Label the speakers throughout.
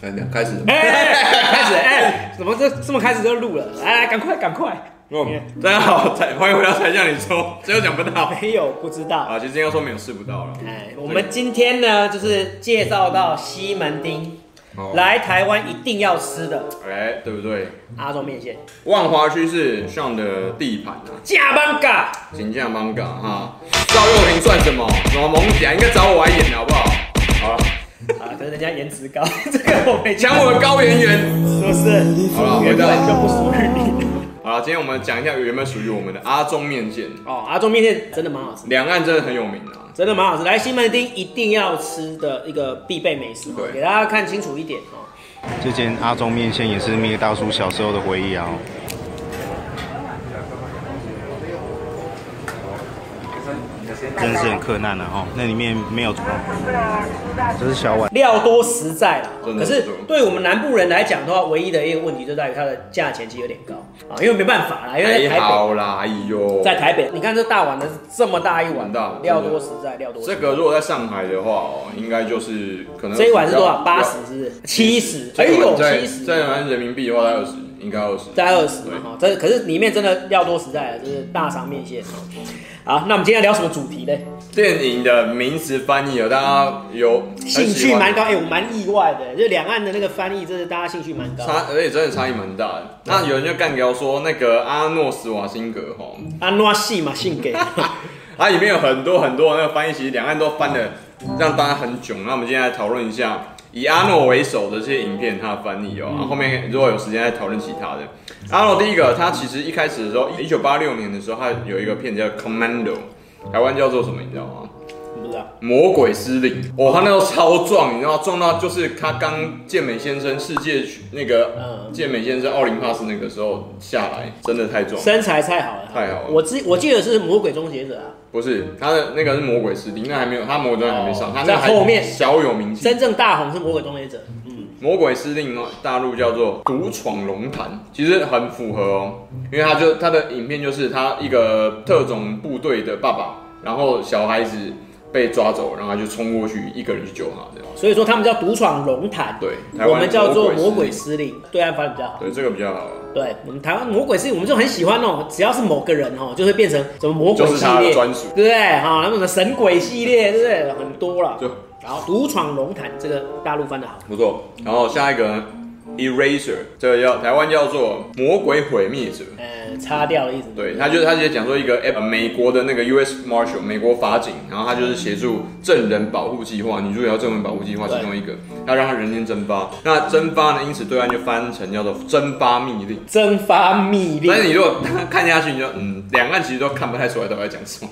Speaker 1: 还没有开始了吗，
Speaker 2: 哎哎，开始哎，怎么这这么开始就录了？来来，赶快赶快！
Speaker 1: 嗯大家好，才欢迎回到才向你说，只有讲不到
Speaker 2: 没有不知道。
Speaker 1: 啊，其实应该说没有试不到了。
Speaker 2: 哎，我们今天呢，就是介绍到西门町，
Speaker 1: 哦，
Speaker 2: 来台湾一定要吃的
Speaker 1: 哎，对不对？
Speaker 2: 阿中面线，
Speaker 1: 万华区是上的地盘啊，
Speaker 2: 假邦嘎！
Speaker 1: 请酱 manga 哈，赵又廷算什么？什么猛甲？应该找我来演的好不好？好了，
Speaker 2: 啊，可是人家颜值高， 这个我没
Speaker 1: 讲我的高圆圆。
Speaker 2: 是不是？
Speaker 1: 好了，回
Speaker 2: 原
Speaker 1: 到
Speaker 2: 本就不属于你。
Speaker 1: 好了，今天我们讲一下原本属于我们的阿中面线，
Speaker 2: 哦，阿中面线真的蛮好吃，
Speaker 1: 两岸真的很有名啊。
Speaker 2: 真的蛮好吃。来西门町一定要吃的一个必备美食哦，
Speaker 1: 对
Speaker 2: 给大家看清楚一点哦。
Speaker 3: 这间阿中面线也是灭大叔小时候的回忆啊、真是很困难了、哦，那里面没有，这是小碗，
Speaker 2: 料多实在啦，
Speaker 1: 真
Speaker 2: 可
Speaker 1: 的
Speaker 2: 是
Speaker 1: 是
Speaker 2: 对我们南部人来讲的话，唯一的一个问题就在于它的价钱其实有点高啊，因为没办法啦，因
Speaker 1: 还
Speaker 2: 为在台北，
Speaker 1: 好啦，哎呦，
Speaker 2: 在台北，你看这大碗的这么大一碗
Speaker 1: 很大，
Speaker 2: 料多实在，料多实
Speaker 1: 这
Speaker 2: 在。
Speaker 1: 个如果在上海的话哦，应该就是可能
Speaker 2: 这一碗是多
Speaker 1: 比
Speaker 2: 少？
Speaker 1: 较
Speaker 2: 八十是不是？七十？
Speaker 1: 哎
Speaker 2: 哎呦
Speaker 1: 呦，，在
Speaker 2: 七十，
Speaker 1: 在台湾人民币的话，大概二十，应该二十。
Speaker 2: 在二十
Speaker 1: 对
Speaker 2: 嘛，哈，这可是里面真的料多实在了，啊就是大肠面线哦。好，那我们今天聊什么主题呢？
Speaker 1: 电影的名词翻译有大家有
Speaker 2: 兴趣
Speaker 1: 蛮
Speaker 2: 蛮高，哎、我蛮意外的，就两岸的那个翻译，真的大家兴趣蛮高。
Speaker 1: 差，而且真的差异蛮大的。那有人就干掉说，那个阿诺斯瓦辛格吼，
Speaker 2: 安诺啊戏嘛，性给。
Speaker 1: 它里面有很多很多那个翻译，其实两岸都翻的让大家很囧。那我们今天来讨论一下以阿诺为首的这些影片它的翻译哦、
Speaker 2: 嗯
Speaker 1: 然后后面如果有时间再讨论其他的。阿诺第一个，他其实一开始的时候，一九八六年的时候，他有一个片叫《Commando》，台湾叫做什么，你知道吗？
Speaker 2: 不知道。
Speaker 1: 魔鬼司令，哦，他那时候超壮，你知道吗，壮到就是他刚健美先生世界那个
Speaker 2: 嗯
Speaker 1: 健美先生奥林帕斯那个时候下来，真的太壮。
Speaker 2: 身材太好了，
Speaker 1: 太好了
Speaker 2: 我记我记得是《魔鬼终结者》啊，
Speaker 1: 不是他的那个是魔鬼司令，那还没有，他魔鬼还没上，
Speaker 2: 哦
Speaker 1: 他那
Speaker 2: 在
Speaker 1: 个还
Speaker 2: 后面
Speaker 1: 小有名气。
Speaker 2: 真正大红是《魔鬼终结者》。嗯，
Speaker 1: 魔鬼司令哦大陆叫做独闯龙潭，其实很符合哦，因为他就他的影片就是他一个特种部队的爸爸，然后小孩子被抓走，然后他就冲过去一个人去救他，这样
Speaker 2: 所以说他们叫独闯龙潭，
Speaker 1: 对台湾
Speaker 2: 我们叫做
Speaker 1: 魔鬼司令
Speaker 2: 魔鬼司令，对岸翻比较好。
Speaker 1: 对这个比较好。
Speaker 2: 对我们台湾魔鬼司令，我们就很喜欢哦，只要是某个人哦，就会变成什么魔鬼
Speaker 1: 就是
Speaker 2: 系
Speaker 1: 他
Speaker 2: 列，
Speaker 1: 的专属
Speaker 2: 对不对？哈，那么什么神鬼系列，对不对？很多了。
Speaker 1: 就
Speaker 2: 然后独闯龙潭，这个大陆翻的好，
Speaker 1: 不错。然后下一个呢，Eraser，这个叫台湾叫做魔鬼毁灭者。
Speaker 2: 呃，擦掉的意思。
Speaker 1: 对，他就是他直接讲说一个呃美国的那个 U.S. Marshal 美国法警，然后他就是协助证人保护计划，女主角证人保护计划其中一个，要让他人间蒸发。那蒸发呢，因此对岸就翻成叫做蒸发密令。
Speaker 2: 蒸发密
Speaker 1: 但是
Speaker 2: 令。
Speaker 1: 你如果看下去，你就嗯，两岸其实都看不太出来到底在讲什么。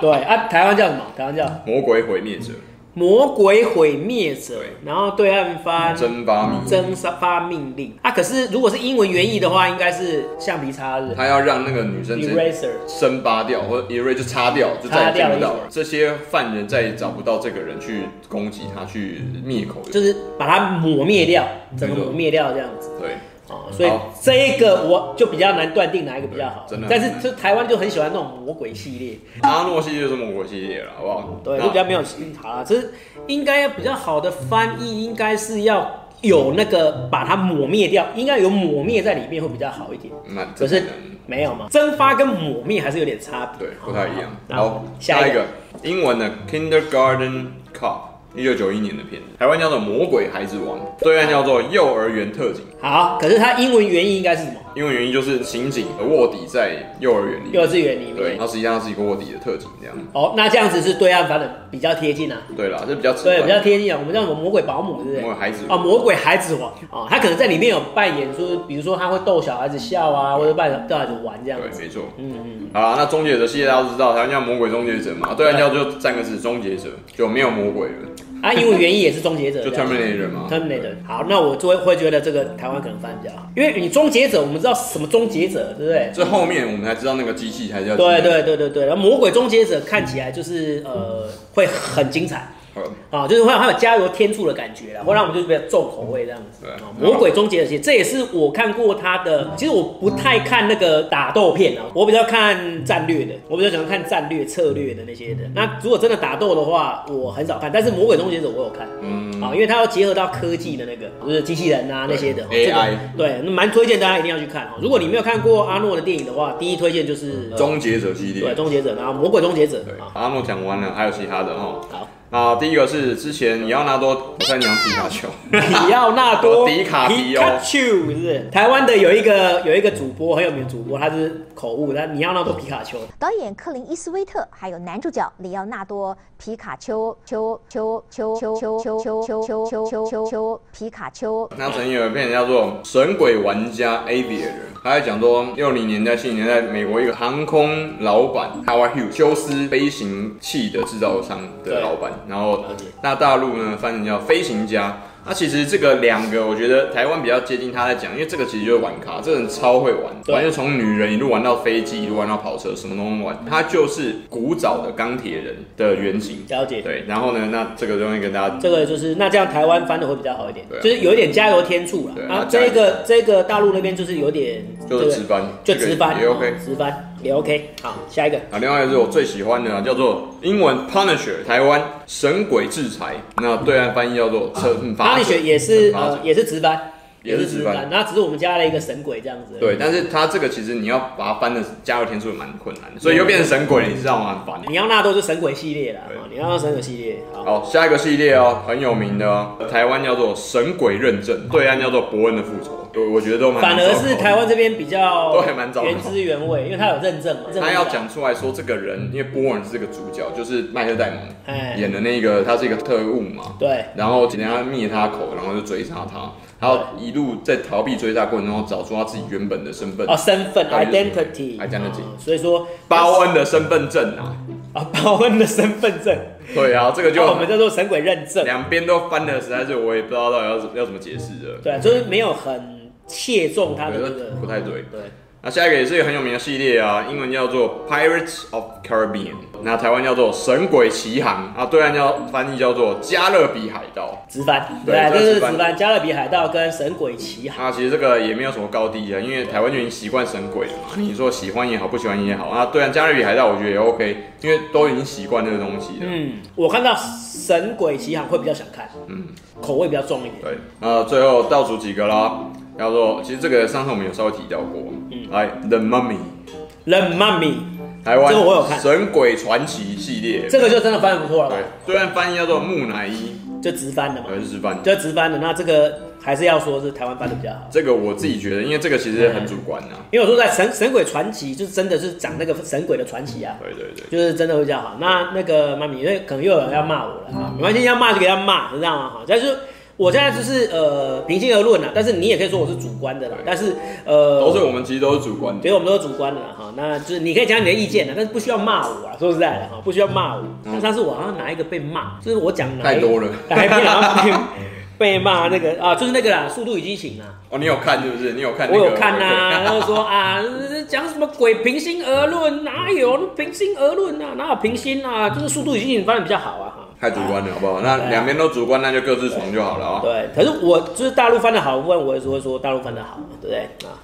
Speaker 2: 对啊，台湾叫什么？台湾叫
Speaker 1: 魔鬼毁灭者，
Speaker 2: 魔鬼毁灭者
Speaker 1: 对，
Speaker 2: 然后对岸翻
Speaker 1: 蒸发密令，
Speaker 2: 征发命令啊。可是如果是英文原意的话，应该是橡皮擦日
Speaker 1: 他要让那个女生直接
Speaker 2: eraser。
Speaker 1: 生扒掉或者 erase 就擦掉，就再
Speaker 2: 擦
Speaker 1: 也见
Speaker 2: 掉
Speaker 1: 不到
Speaker 2: 的意思
Speaker 1: 了。这些犯人再也找不到这个人去攻击他，去灭口的。
Speaker 2: 就是把它抹灭掉，整个
Speaker 1: 没错
Speaker 2: 抹灭掉这样子
Speaker 1: 对，
Speaker 2: 哦，所以
Speaker 1: 嗯好
Speaker 2: 这个我就比较难断定哪一个比较好
Speaker 1: 对真的，
Speaker 2: 但是就台湾就很喜欢那种魔鬼系列，
Speaker 1: 阿诺系列就是魔鬼系列了，好不好？
Speaker 2: 对，
Speaker 1: 那
Speaker 2: 就比较没有好啦，就是应该要比较好的翻译，应该是要有那个把它抹灭掉，应该有抹灭在里面会比较好一点，
Speaker 1: 那
Speaker 2: 可
Speaker 1: 这
Speaker 2: 是
Speaker 1: 是
Speaker 2: 没有嘛，蒸发跟抹灭还是有点差别，
Speaker 1: 对不太一样。
Speaker 2: 好
Speaker 1: 好，
Speaker 2: 下
Speaker 1: 下
Speaker 2: 一
Speaker 1: 一
Speaker 2: 个
Speaker 1: 个英文的 Kindergarten Cop，一九九一年的片子，台湾叫做《魔鬼孩子王》，对岸叫做《幼儿园特警》。
Speaker 2: 好，可是它英文原意应该是什么？
Speaker 1: 因为原因就是刑警的卧底在幼儿园里
Speaker 2: 幼
Speaker 1: 面，
Speaker 2: 稚园里
Speaker 1: 嗯对，
Speaker 2: 面
Speaker 1: 然。后实际上他是一个卧底的特警这样。
Speaker 2: 哦，那这样子是对岸版的比较贴近啊，
Speaker 1: 对啦，这比较直
Speaker 2: 对，
Speaker 1: 观
Speaker 2: 比。较贴近啊。我们叫什么魔鬼保姆，对不对？
Speaker 1: 魔鬼孩子
Speaker 2: 啊，魔鬼孩子王啊、哦，他可能在里面有扮演说，比如说他会逗小孩子笑啊，或者扮演逗小孩子玩这样
Speaker 1: 对，
Speaker 2: 子。
Speaker 1: 没错。
Speaker 2: 嗯嗯，
Speaker 1: 好啦，那终结者系列大家都知道，台湾叫魔鬼终结者嘛，对岸叫就三个字终结者，就没有魔鬼了，
Speaker 2: 嗯啊，因为原意也是 终结者，
Speaker 1: 就
Speaker 2: 这样子
Speaker 1: Terminator 嘛。
Speaker 2: 啊 Terminator。好，那我就会会觉得这个台湾可能翻比较好，因为你终结者，我们知道什么终结者，对不对？
Speaker 1: 这后面我们才知道那个机器才叫
Speaker 2: 对对对对对，然后魔鬼终结者看起来就是呃会很精彩，
Speaker 1: 嗯
Speaker 2: 啊，就是会有还有加油添醋的感觉啦，会让我们就是比较重口味这样子。
Speaker 1: 对嗯
Speaker 2: 啊魔鬼终结者系，这也是我看过他的。其实我不
Speaker 1: 嗯
Speaker 2: 太看那个打斗片啊，我比较看战略的，我比较喜欢看战略策略的那些
Speaker 1: 嗯
Speaker 2: 的。那如果真的打斗的话，我很少看，但是魔鬼终结者我有看。
Speaker 1: 嗯，
Speaker 2: 啊，因为它要结合到科技的那个，就是机器人啊那些的哦
Speaker 1: 对
Speaker 2: 这个
Speaker 1: AI
Speaker 2: 对，那蛮推荐大家一定要去看哦。如果你没有看过阿诺的电影的话，第一推荐就是
Speaker 1: 嗯
Speaker 2: 呃
Speaker 1: 终结者系列。
Speaker 2: 对终结者，然后魔鬼终结者
Speaker 1: 对
Speaker 2: 啊，，
Speaker 1: 阿诺讲完了，还有其他的哦。
Speaker 2: 好，
Speaker 1: 那第一个是之前你要拿多，我在讲皮卡丘，
Speaker 2: 里奥纳多
Speaker 1: 迪卡哦
Speaker 2: 皮
Speaker 1: 迪
Speaker 2: 卡
Speaker 1: 欧
Speaker 2: 丘是不是？台湾的有一个有一个主播很有名的主播，他是口误，他你要那多皮卡丘，
Speaker 4: 导演克林伊斯威特，还有男主角里奥纳多·皮卡丘丘丘丘丘丘丘丘丘丘丘丘丘皮卡丘。
Speaker 1: 那曾经有一篇叫做《神鬼玩家 Aviator》，他在讲说六零年代、七零年代，美国一个航空老板 Howard Hughes 休斯飞行器的制造商的老板，然后
Speaker 2: 了解
Speaker 1: 那大陆呢翻成叫飞行家。那其实这个两个，我觉得台湾比较接近他在讲，因为这个其实就是玩咖，这个人超会玩，
Speaker 2: 对
Speaker 1: 玩就从女人一路玩到飞机，一路玩到跑车，什么都能玩。他就是古早的钢铁人的原型。
Speaker 2: 了解。
Speaker 1: 对，然后呢，那这个东西跟大家
Speaker 2: 这个就是那这样台湾翻的会比较好一点，
Speaker 1: 对啊
Speaker 2: 就是有一点加油添醋了
Speaker 1: 对。
Speaker 2: 啊
Speaker 1: 那，加
Speaker 2: 这
Speaker 1: 油
Speaker 2: 个这个大陆那边就是有点
Speaker 1: 就
Speaker 2: 这
Speaker 1: 是
Speaker 2: 个
Speaker 1: 直翻，
Speaker 2: 就直翻哦
Speaker 1: 也 OK。
Speaker 2: 直翻也 OK。好，下一个。
Speaker 1: 啊，另外一个是我最喜欢的啊，叫做英文 Punisher，台湾神鬼制裁，那对岸翻译叫做惩罚
Speaker 2: 阿
Speaker 1: 者。
Speaker 2: 力啊学也是
Speaker 1: 惩罚者
Speaker 2: 呃也是直翻，
Speaker 1: 也是直翻
Speaker 2: 那只是我们加了一个神鬼这样子。
Speaker 1: 对，，但是它这个其实你要把它翻的加入天数也蛮困难的，所以又变成神鬼了，你知道吗？很烦。
Speaker 2: 你要纳豆是神鬼系列啦，
Speaker 1: 对
Speaker 2: 哦你要神鬼系列。好，
Speaker 1: 好，下一个系列哦，很有名的哦，台湾叫做神鬼认证，对岸叫做伯恩的复仇，我我觉得都蛮
Speaker 2: 反而是台湾这边比
Speaker 1: 都
Speaker 2: 较
Speaker 1: 还蛮糟糕
Speaker 2: 原汁原味，因为它有认证嘛。认证
Speaker 1: 他要讲出来说这个人，因为波恩是这个主角，就是麦克戴
Speaker 2: 哎
Speaker 1: 蒙演的那个，他是一个特务嘛，
Speaker 2: 对
Speaker 1: 然后人家灭他口，然后就追杀他，然后一路在逃避追杀过程中找出他自己原本的身份，
Speaker 2: 哦身份
Speaker 1: 到底是什么
Speaker 2: identity
Speaker 1: identity
Speaker 2: 哦所以说
Speaker 1: 包恩的身份证啊，
Speaker 2: 啊包恩的身份证，
Speaker 1: 对啊，这个就
Speaker 2: 哦我们叫做神鬼认证。
Speaker 1: 两边都翻的，实在是我也不知道到底要怎要怎么解释了，
Speaker 2: 对，就是没有很切中它
Speaker 1: 我
Speaker 2: 的
Speaker 1: 觉
Speaker 2: 那
Speaker 1: 得
Speaker 2: 个。
Speaker 1: 不太对。
Speaker 2: 对，
Speaker 1: 那下一个也是一个很有名的系列啊，英文叫做《Pirates of Caribbean》，那台湾叫做《神鬼奇航》，啊，对岸叫翻译叫做《加勒比海盗》。
Speaker 2: 直翻，
Speaker 1: 对
Speaker 2: 对，
Speaker 1: 这
Speaker 2: 这
Speaker 1: 是
Speaker 2: 是
Speaker 1: 直翻
Speaker 2: 直翻《加勒比海盗》跟《神鬼奇航
Speaker 1: 啊，其实这个也没有什么高低啊，因为台湾就已经习惯神鬼了嘛。你说喜欢也好，不喜欢也好啊，对啊，加勒比海盗我觉得也 OK，因为都已经习惯这个东西了。》。
Speaker 2: 嗯，我看到《神鬼奇航》会比较想看，嗯，口味比较重一点。
Speaker 1: 对，那最后倒数几个啦，叫做其实这个上次我们有稍微提到过，
Speaker 2: 嗯
Speaker 1: 来《The Mummy》，
Speaker 2: 冷曼米，
Speaker 1: 台湾
Speaker 2: 这个我有看
Speaker 1: 神鬼传奇》系列，
Speaker 2: 这个就真的翻得不错了
Speaker 1: 对
Speaker 2: 吧？，
Speaker 1: 对岸翻译叫做木乃伊，
Speaker 2: 就直翻的嘛
Speaker 1: 呃，，日翻。
Speaker 2: 就直翻的。那这个还是要说是台湾翻的比较好，
Speaker 1: 这个我自己觉得，因为这个其实很主观啊。
Speaker 2: 因为我说在神《神鬼传奇》就是真的是讲那个神鬼的传奇啊。
Speaker 1: 对对对，
Speaker 2: 就是真的会比较好。那那个妈咪，因为可能又有人要骂我了啊，没关系，要骂就给他骂，你知道吗？哈，但是我现在就是呃平心而论啦，但是你也可以说我是主观的啦
Speaker 1: 对，
Speaker 2: 但是呃，
Speaker 1: 都是哦我们其实都是主观
Speaker 2: 觉
Speaker 1: 的。
Speaker 2: 得我们都是主观的啦哈，那就是你可以讲你的意见的，但是不需要骂我啊。说实在的哈，不需要骂我。像上次我好像哪一个被骂，就是我讲
Speaker 1: 嗯
Speaker 2: 哪
Speaker 1: 太
Speaker 2: 一
Speaker 1: 多了
Speaker 2: 哪一篇好像被被骂那个啊，就是那个啦，《速度与激情》啊，
Speaker 1: 哦，你有看是不是？你有看？
Speaker 2: 我有看呐、啊，然后说啊，讲什么鬼平心而论，哪有平心而论啊？哪有平心啊？就是《速度与激情》翻的比较好啊。哈
Speaker 1: 太主观了，好不好？那两边都主观，那就各自爽就好了啊、
Speaker 2: 哎对，可是我就是大陆翻的好的部分，我也是会说大陆翻的好嘛，对不对啊？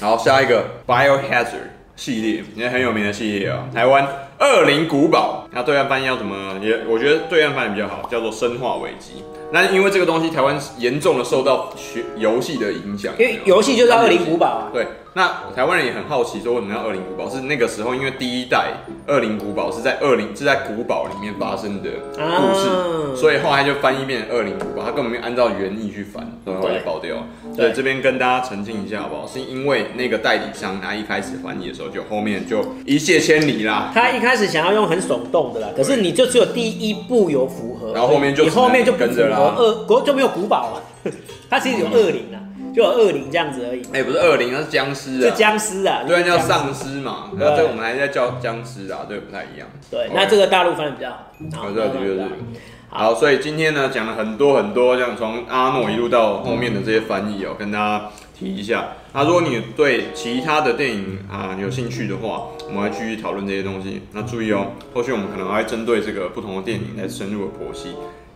Speaker 1: 好，下一个 Biohazard 系列，也很有名的系列啊、台湾恶灵古堡，那对岸翻译要怎么？也我觉得对岸翻译比较好，叫做生化危机。那因为这个东西，台湾严重的受到学游戏的影响，
Speaker 2: 因为游戏就是《恶灵古堡》啊，
Speaker 1: 对，那台湾人也很好奇，说为什么叫恶灵古堡？是那个时候，因为第一代恶灵古堡是在恶灵是在古堡里面发生的故事，
Speaker 2: 啊
Speaker 1: 所以后来就翻译变成恶灵古堡，它根本没有按照原意去翻，所以后来就爆掉了。
Speaker 2: 对
Speaker 1: 对，这边跟大家澄清一下好不好？是因为那个代理商他一开始翻译的时候，就后面就一泻千里啦。
Speaker 2: 他一开始想要用很耸动的啦，可是你就只有第一步有符合，
Speaker 1: 然后后面就
Speaker 2: 你
Speaker 1: 只能
Speaker 2: 后面就不
Speaker 1: 跟着啦
Speaker 2: 符合恶国就没有古 堡了，他其实有恶灵啊，就有恶灵这样子而已，
Speaker 1: 哎、嗯不是恶灵，那是僵尸
Speaker 2: 是
Speaker 1: 啊。
Speaker 2: 僵尸啊，
Speaker 1: 对，叫
Speaker 2: 僵尸
Speaker 1: 丧尸嘛，那这个我们还在叫僵尸啊，这个不太一样。
Speaker 2: 对
Speaker 1: OK，
Speaker 2: 那这个大陆翻的比较好，啊
Speaker 1: 我
Speaker 2: 好
Speaker 1: 知道，
Speaker 2: 大
Speaker 1: 的
Speaker 2: 陆
Speaker 1: 确
Speaker 2: 翻
Speaker 1: 是
Speaker 2: 得比较好。
Speaker 1: 好，所以今天呢讲了很多很多，像从阿诺一路到后面的这些翻译哦，跟大家提一下。那如果你对其他的电影啊有兴趣的话，我们会继续讨论这些东西。那注意哦，后续我们可能还会针对这个不同的电影来深入的剖析。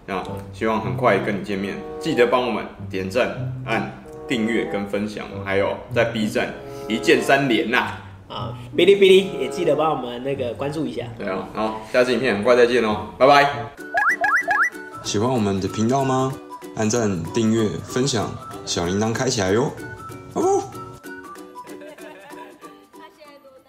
Speaker 1: 那希望很快跟你见面，记得帮我们点赞、按订阅跟分享，哦还有在 B 站一键三连呐、
Speaker 2: 啊，哔哩哔哩也记得帮我们那个关注一下。
Speaker 1: 对啊，好，下次影片很快再见哦，拜拜。喜欢我们的频道吗？按赞、订阅、分享，小铃铛开起来哟。哦。